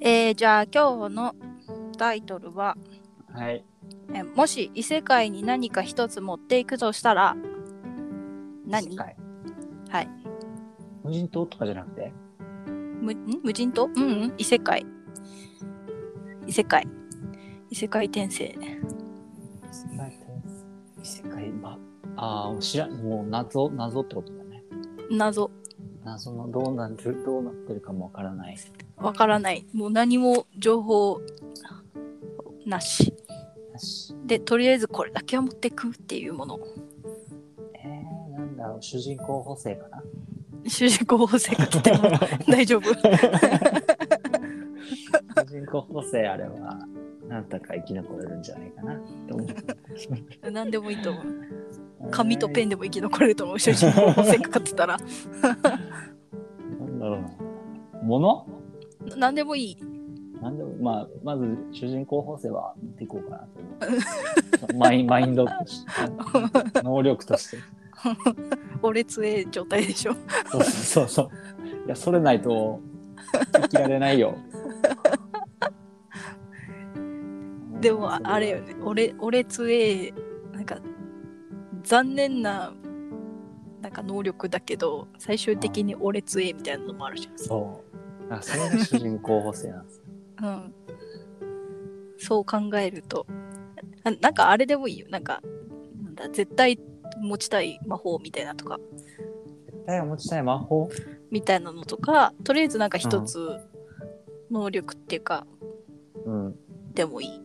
えーじゃあ今日のタイトルは、はい。えーもし異世界に何か一つ持っていくとしたら何世界はい。無人島とかじゃなくて無ん無人島うんうん異世界異世界異世界転生世界転生異世界ばああ、知らん、もう謎、謎ってことだね。謎謎のどうなってる、どうなってるかもわからない。わからないもう何も情報なしよしでとりあえずこれだけは持ってくっていうものえー、なんだろう、主人公補 正かな主人公補正が来ても 大丈夫主人公補正あれば、なんとか生き残れるんじゃないかなって思 何でもいいと思うう。紙とペンン。でも生き残れると思う主人公補正かかってたらなんだろうな。物何でもいいなんでも、まあ、まず主人公補正は持っていこうかなと思 う。マインマインドとして、能力として。俺強い状態でしょ そうそうそうそう。いや、それないと生きられないよ。 でもああれよね俺俺強えなんか残念ななんか能力だけど最終的に俺強えみたいなのもあるじそう。あ、それが主人公補正なんです。ゃん、うん、そう考えるとななんかあれでもいいよなんかなんだ絶対持ちたい魔法みたいなとか絶対持ちたい魔法みたいなのとかとりあえずなんか一つ能力っていうか、うん。でもいい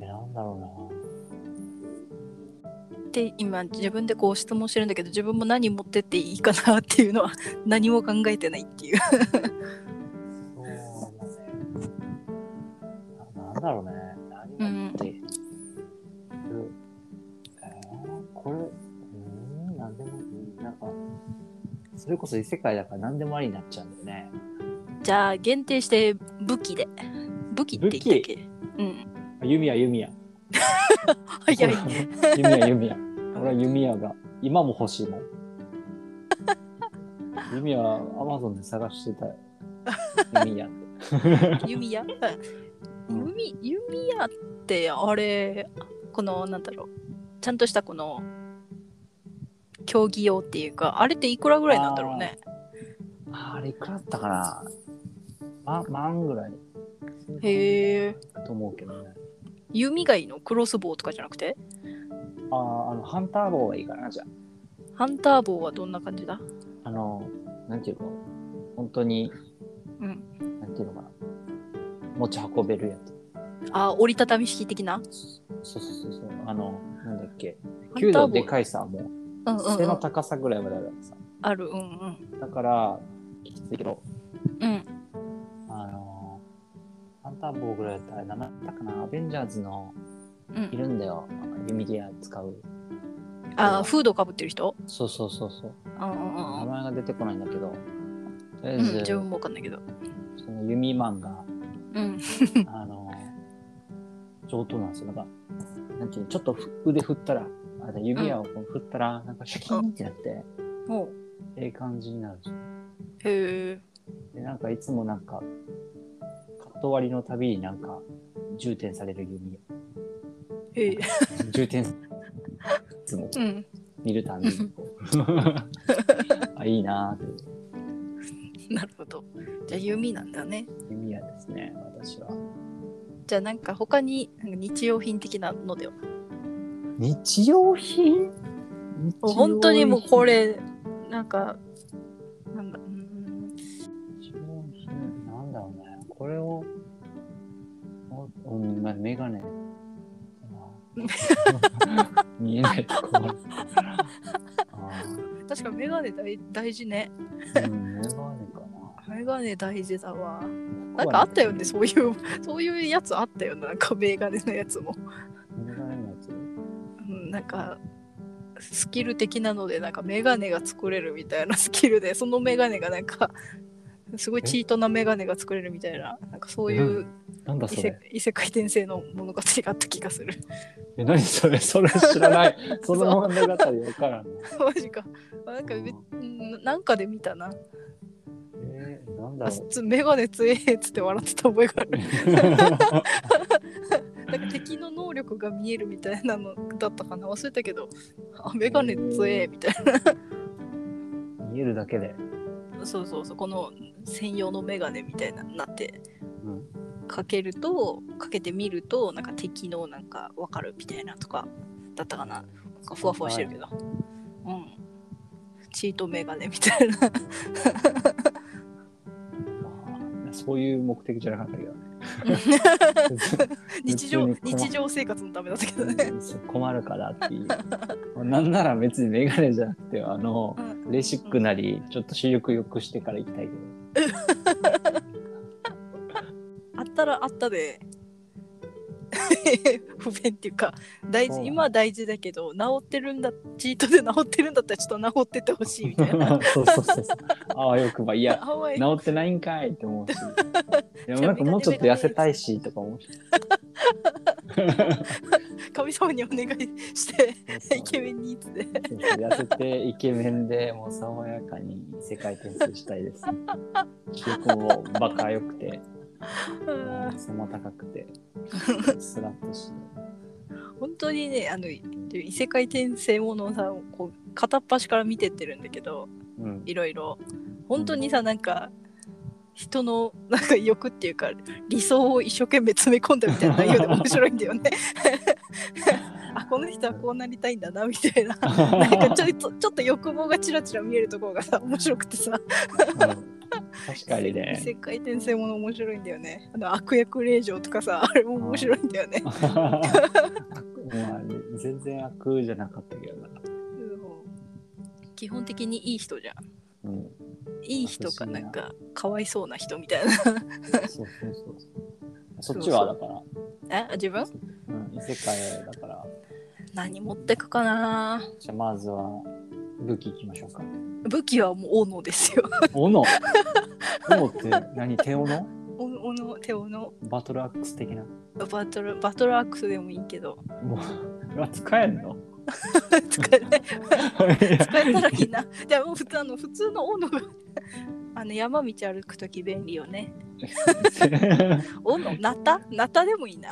え、なんだろで今自分でこう質問してるんだけど自分も何持ってっていいかなっていうのは 何も考えてないっていううな。そうなんだね。あなんだろうね。何持って。うん、えーこれ、うーん、なんでもいい。なんか、それこそ異世界だから何でもありになっちゃうんだよね。じゃあ限定して武器で。武器って言ったっけうん。あ弓矢、弓矢。早い。弓矢弓 矢俺は弓矢が今も欲しいもん弓矢アマゾンで探してたよ弓矢って弓矢弓弓矢ってあれ、このなんだろう。ちゃんとしたこの競技用っていうか、あれっていくらぐらいなんだろうね。ああれいくらだったかな、ま、万ぐらいへえ。と思うけどね弓がいいのクロスボウとかじゃなくてあああのハンター号がいいかなじゃハンターボウはどんな感じだああのなんていうの本当にうん。なんていうのかな持ち運べるやつあ、折りたたみ式的なそうそうそうそうあのなんだっけハ弓ンター道ボでウ。かいさもううんうん、背うのん。高さぐらいまであるやつさある。うんうん。だからきついけどうん。あのー、ハンターボーぐらいだったら、名前あったかな、アベンジャーズのういん、るんだよ、弓ギア使う。あ、フードかぶってる人そうそうそうそう。うんうんうん名うん。前が出てこないんだけど、とりあえうん、ず、自分もわかんないけど。その弓マンが、うん。あのー、上等なんですよ。なんか、なんていうのちょっとふ腕振ったら、あれ弓矢をこう振ったら、なんかシャキーンってなって、もう。ええ感じになるんですよへえ。で、なんかいつもなんか、カット割りのたびになんか、重点される弓矢。へえ。重点、い つも。うん。見るたん びにこうあいいなあというなるほど。じゃあ弓なんだね。弓矢ですね私はじゃあなんか他になんか日用品的なのでは。日用品もう本当にもうこれなんかなんだ。うーん日用品なんだろうねこれをおうんま メガネかな見えないところあ確かメガネ大大事ね。ー、うん、メガネかメガネ大事だわ。なななんかあったよね、そういう、そういうやつあったよね、なんかメガネのやつも。メガネのやつうん、なんか、スキル的なので、なんかメガネが作れるみたいなスキルで、そのメガネがなん か、すごいチートなメガネが作れるみたいな、なんかそういうなんだ異そ世れ異世界転生の物語があった気がする。 え何それそれ知らないその物語わからんなマジか。なんか、べううんなんかで見たな。えーえー、なんだあろつメガネつえっつって笑ってた覚えがある。う。なんか敵の能力が見えるみたいなのだったかな忘れたけど、あメガネつえみたい 見えるだけで。な。そうそうそう、この専用のメガネみたいなのになって、うん。かけると、かけてみると、なんか敵のなんかわかるみたいなとかだったかな。なんかふわふわしてるけど。うん。チートメガネみたい な。あーそういう目的じゃなかったけどね。日常普通に困日常生活のためだったけどね。 困るからっていう。なんなら別にメガネじゃなくて、あのう、レーシックなり、ちょっと視力良くしてから行きたいけど。あったらあったで 不便っていうか大そう事今は大事だけど治ってるんだチートで治ってるんだったらちょっと治っててほしいみ たいなそうそうそうそう。あわよくば、いや、あおい治ってないんかいって思う し。いや、なんかもうちょっと痩せたいし、とか思うし。神様にお願いしてイケメンにっつってそうそう痩せてイケメンでもう爽やかに異世界転生したい です。視力もバカ良くて、うん背も高くて、スラッとして。本当にねあの異世界転生ものをさこう片っ端から見てってるんだけどうん。いろいろ本当にさなんか人のなんか欲っていうか理想を一生懸命詰め込んだみたいな内容で面白いんだよね。 あこの人はこうなりたいんだなみたい ななんかちょいとちょっと欲望がちらちら見えるところがさ面白くてさうん確かに異ね。世界転生もの面白いんだよねあの悪役令嬢とかさあれも面白いんだよねまあ、全然悪じゃなかったけどな。うん基本的にいい人じゃん うん。いい人かなんかかわいそうな 人みたいそうそうそうそう。そっちはだから、なえ自分うん、異世界だから。何持ってくかなじゃあまずは武器いきましょうか。武器はもう斧ですよ。 斧斧って何手斧お斧、手斧、バトルアックス的な。バトル、バトルアックスでもいいけど。もう、 あ使えんの使えない使えたらいい いな。 じゃあもう普通あの普通の斧が あの山道歩くとき便利よね。や。斧、ナタナタでもいいな。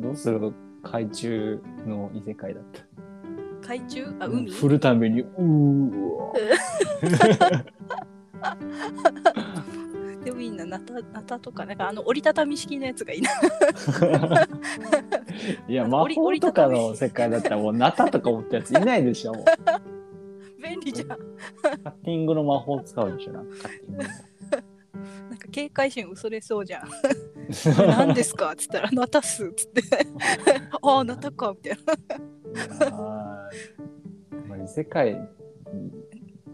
どうする海中の異世界だった。海中あ、海振るために、うーわ。でもいいな。ナタナタとか、なんかあの折りたたみ式のやつがいいな。 いあや、の魔折り法とかの世界だったら、もう、ナタとか持ったやついないでし ょ。もう便利じゃん。なカッティングの魔法使うでしょ、なんかカッティングんの。か警戒心薄れそうじゃん。え 何ですかっつったら、ナタっすっつって。ああ、ナタかみたいな。はいまあ異世界、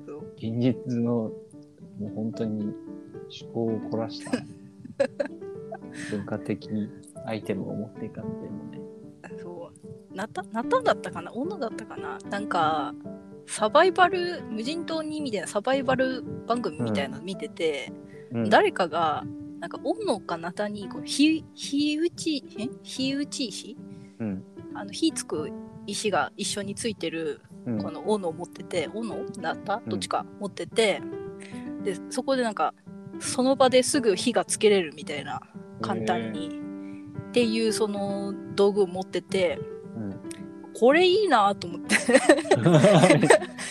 そう現実の、もう本当に思考を凝らした文化的アイテムを持っていかんてもね。そうナタナタだったかな斧だったかななんかサバイバル無人島にみたいなサバイバル番組みたいなの見てて、うん、誰かがなんか斧かナタにこう火火打ちえ火打ち石うん、あの火つく石が一緒についてるうんこの斧を持ってて斧ナタどっちか持ってて、でそこでなんかその場ですぐ火がつけれるみたいな簡単に、っていうその道具を持ってて、うん、これいいなと思って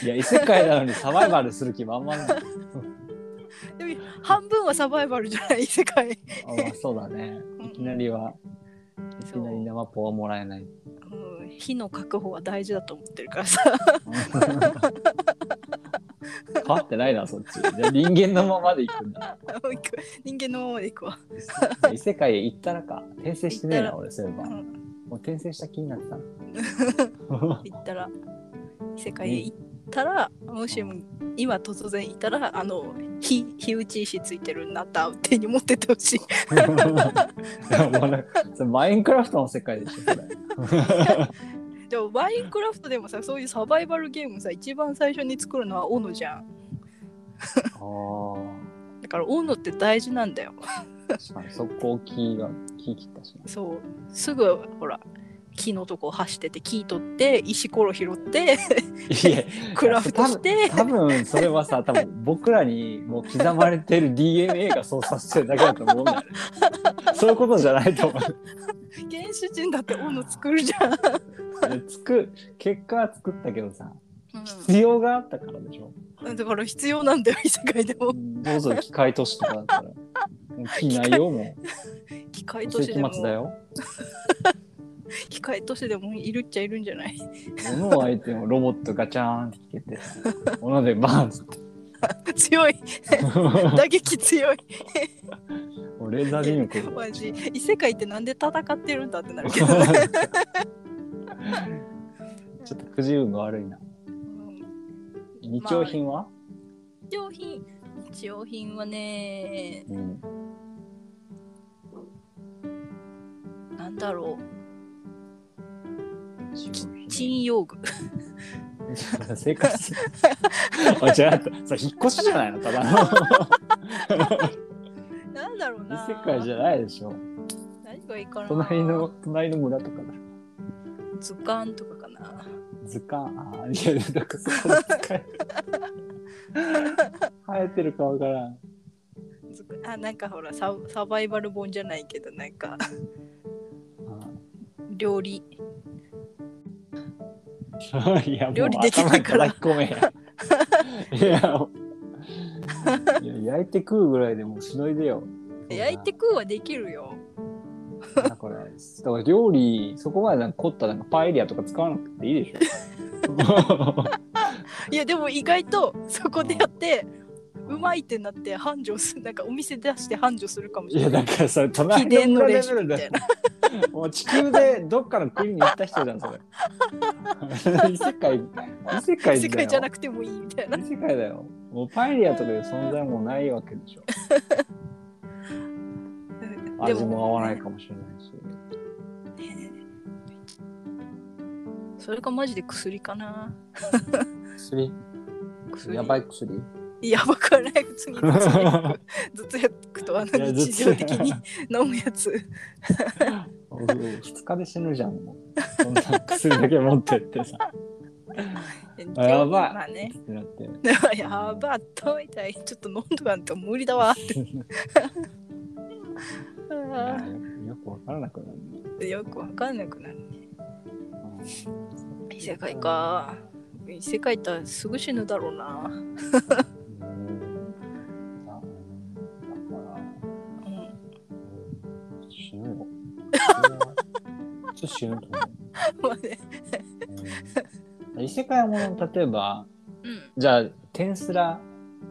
いや、異世界なのにサバイバルする気満々だ。でも半分はサバイバルじゃない世界あまあ、そうだね。いきなりは、いきなり生ポはもらえない。うん火の確保は大事だと思ってるからさ 変わってないな、そっち。じゃあ人間のままでいくんだ。人間のままでいくわ、異世界へ行ったらか。転生してねえな、俺、そういえば。うもんう転生した気になってたな。行ったら異世界へ行ったらもしも今突然いたらあの火火打ち石ついてるなたを手に持ってってほしい いやもうなんかそれマインクラフトの世界でしょ、それ。でもマインクラフトでもさそういうサバイバルゲームさ一番最初に作るのは斧じゃんあだから斧って大事なんだよあ。確かに、そこをキーが、キー切ったしそうすぐほら木のとこ走ってて木取って石ころ拾って いやクラフトして多分多分それはさ多分僕らにもう刻まれてる DNA がそうさせてるだけだと思うんだよねそういうことじゃないと思う原始人だって斧作るじゃん。つく結果は作ったけどさう必要があったからでしょん、だから必要なんだよ異世界でもどうぞ機械都市とかだったらもう木ないよも機械う都市で世も紀末だよ機械都市でもいるっちゃいるんじゃない 物を相手もロボットガチャーンってつけて 物でバーンっつって強い打撃強いもうレーザービームくるマジ異世界ってなんで戦ってるんだってなるけ ちど、ょっと不自由が悪いなうん日用品は、日用品日用品はねうんなんだろ日用品う珍用具 生活あ違うそれ引っ越しじゃないのただのなんだろう 異な世界じゃないでしょ何がいいかな隣の隣の村とかだ図鑑とかかな図鑑あーいやだからそこの図鑑 生えてるかわからん図鑑あなんかほらササバイバル本じゃないけどなんか料理あー いやも料う理できないから頭に叩き込めい やもういや焼いて食うぐらいでもうしのいでよ焼いて食うはできるよなんかこれ、だから料理、そこまでなんか凝ったなんかパエリアとか使わなくていいでし ょ。いやでも意外とそこでやってうまいってなって繁盛するなんかお店出して繁盛するかもしいれや、ないだからそれ、秘隣伝ののレレシベピルみたいで、なもう地球でどっかの国に行った人じゃ ん、それ。異世界、異世界だよ。異世界じゃなくてもいいみたいな異世界だよ。もうパエリアとかいう存在もないわけでしょ。で味も合わないねかもしれないし。それがマジで薬かな薬薬やばい薬やばくはない普通に頭 痛薬頭痛薬とはや何頭日痛常的に飲むやつ2日で死ぬじゃん、もう。そんな薬だけ持ってってさ。 やばいまあねってなって。 やばっとみたいちょっと飲んどかんと無理だ わいやよくわからなくなるね。よくわかんなくなるうん異世界か。異世界ってすぐ死ぬだろうなうんあうんだからうん うん死ぬよ。ちょっと死ぬと思まあねう。うん 異世界もの例えばうんじゃあ転スラ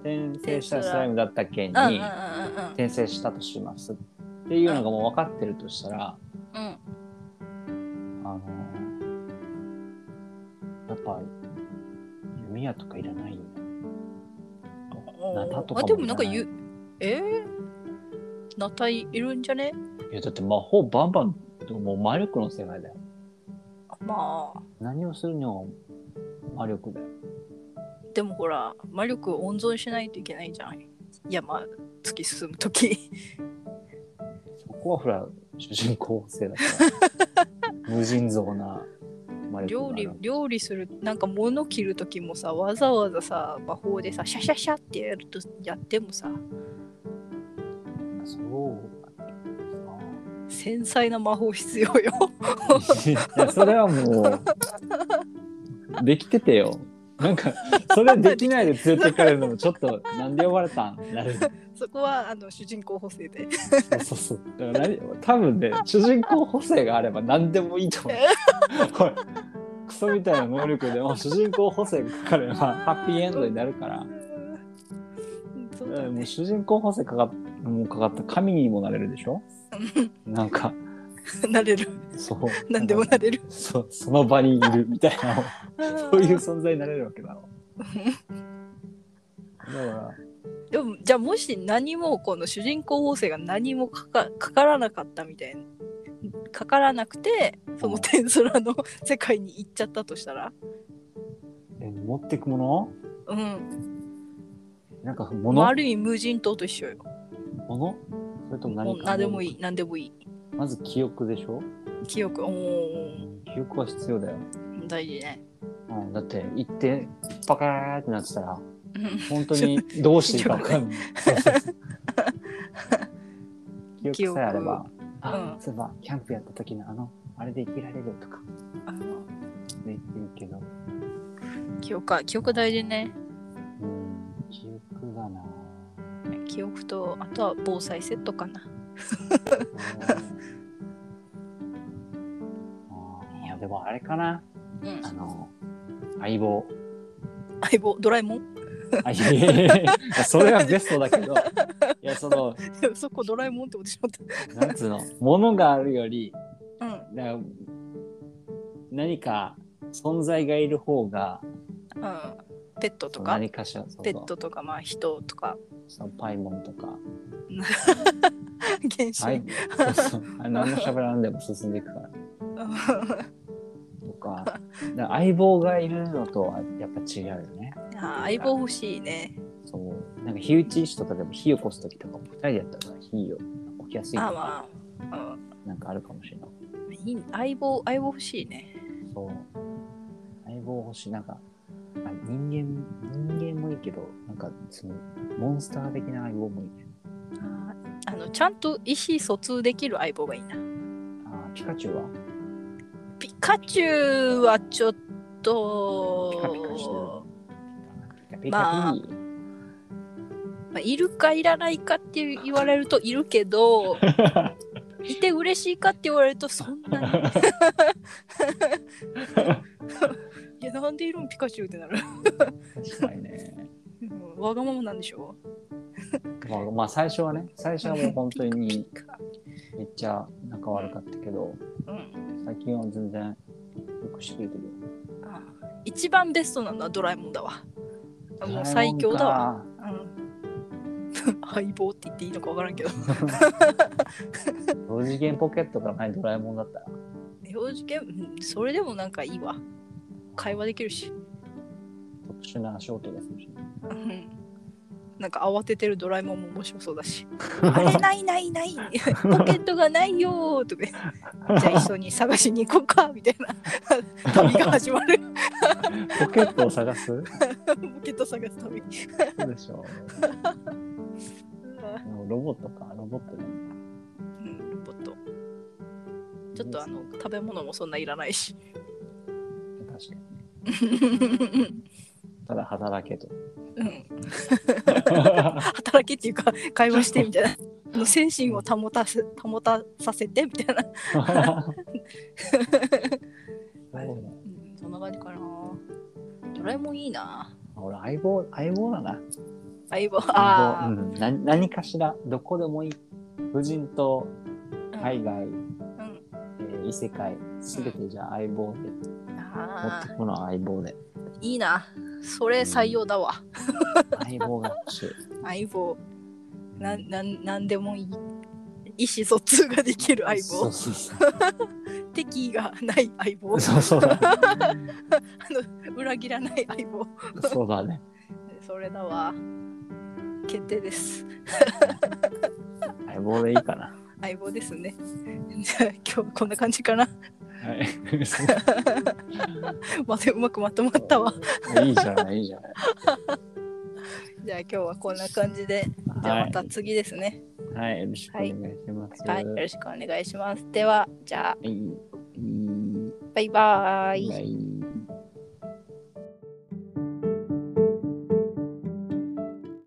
転生したスライムだったっけにうんうんうん転生したとしますっていうのがもう分かってるとしたらうんうんあのやっぱ弓矢とかいらないよね。ナタとかもあでもなんかいらないゆえー、ナタいるんじゃねいやだって魔法バンバンもう魔力の世界だよまあ何をするにも魔力だよでもほら魔力を温存しないといけないじゃん山突き進む 時そこはほら主人公性だから無尽蔵な魔力料理がある料理するなんか物切る時もさわざわざさ魔法でさシャシャシャってやるとやってもさそう繊細な魔法必要よ いやそれはもうできててよなんかそれできないで連れてかれるのもちょっとなんで呼ばれたんなるそこはあの主人公補正でそうそうそうだから何多分ね主人公補正があれば何でもいいと思 うこれクソみたいな能力でも主人公補正がかかればハッピーエンドになるからうん そうだもうね主人公補正かかっもうかかった神にもなれるで しょなんか なれるそう何でもなれるそその場にいるみたいな そういう存在になれるわけだろだからでもじゃあもし何もこの主人公補正が何もかかかからなかったみたいなかからなくてその天空の世界に行っちゃったとしたらえ持ってくもうんのなんかまあ物ある意味無人島と一緒よ物それともも何うか何でもいい何でもいいまず記憶でしょ記憶おーうん記憶は必要だよ。大事ね。うん、だって、行って、パカーってなってたら、うん本当にどうしていいか分かんない。そうそうそう 記憶さえあれば、あ、うんそういえば、キャンプやった時のあの、あれで生きられるとか、あのね、言うけど、記憶か記憶大事ね。うん、記憶 がなぁ。記憶とあとは防災セットかな。うんあーでもあれかな、うんあ。の、相 棒。相棒ドラえもん。 あいえいえいやそれはベストだけど、いや、その、そこドラえもんって思ってしまっなんつうの、ものがあるより、た。うんだから何か存在がいる方が、うん。ペットそとうか何かしら、そうペそッうトとかまあ人とか そのパイモンとか、原始、 はい、そうそうあれ何も喋らんでも進んでいくから。 とか、だから相棒がいるのとはやっぱ違うよね。あ相棒欲しいね。そう。なんか火打ち石とかでも火起こす時とかも二人でやったから火を起きやすいとあか、まあ、なんかあるかもしれない。うん、いい相棒相棒欲しいね。そう。相棒欲しい。なんか、あ人間、人間もいいけど、なんか、その、モンスター的な相棒もいいね。ああのちゃんと意思疎通できる相棒がいいな。あーピカチュウはピカチュウはちょっとピカピカしてるピカピまカあピまあ、いるかいらないかって言われるといるけ どいて嬉しいかって言われるとそんな にいやなんでいるんピカチュウってなる 確かにね。うんわがままなんでしょ まあ、まあ、最初はね、最初はもう本当う にピカめっちゃ仲悪かったけど、うん最近は全然よくしてくれてるよ。あ一番ベストなのはドラえもんだわもう最強だわ、うん相棒って言っていいのかわからんけどドラえもんか。同次元ポケットがないドラえもんだったら、幼児ゲームうんそれでもなんかいいわ会話できるし、特殊な足音がするし。うん、なんか慌ててるドラえもんも面白そうだしあれないないないポケットがないよーとか言ってじゃあ一緒に探しに行こうかみたいな旅が始まるポケットを探 すポケット探す旅そうでしょう。もうロボットか、ロボットうで。んロボットちょっとあの食べ物もそんないらないし確かに。うんただ働 けと。働きっていうか会話してみたい なあの精神を保たせ保たさせてみたいなうんそんな感じかな。ドラえもんいいな。俺、相棒、相棒だな。相棒。相棒あうんな何かしら、どこでもいい。無人島、あ。海うん。う外、んえー異世界、すべてじゃあ相棒で。持あってあ。この相 棒で。いいな。それ採用だわ。相棒が欲しい。相棒。なん、なん、なんでもいい。意思疎通ができる相そう棒。そうそう。敵意がない相棒。そうそうだ裏切らない相棒。そうだね。それだわ。決定です。相棒でいいかな。相棒ですね。 じゃあ今日こんな感じかな。はい。そまたうまくまとまったわ。ういいじゃない、いいじゃない。じゃあ今日はこんな感じで。じゃあまた次ですね。はい、よろしくお願いします。はい、よろしくお願いします。では、じゃあ、はい。バイバーイ。はい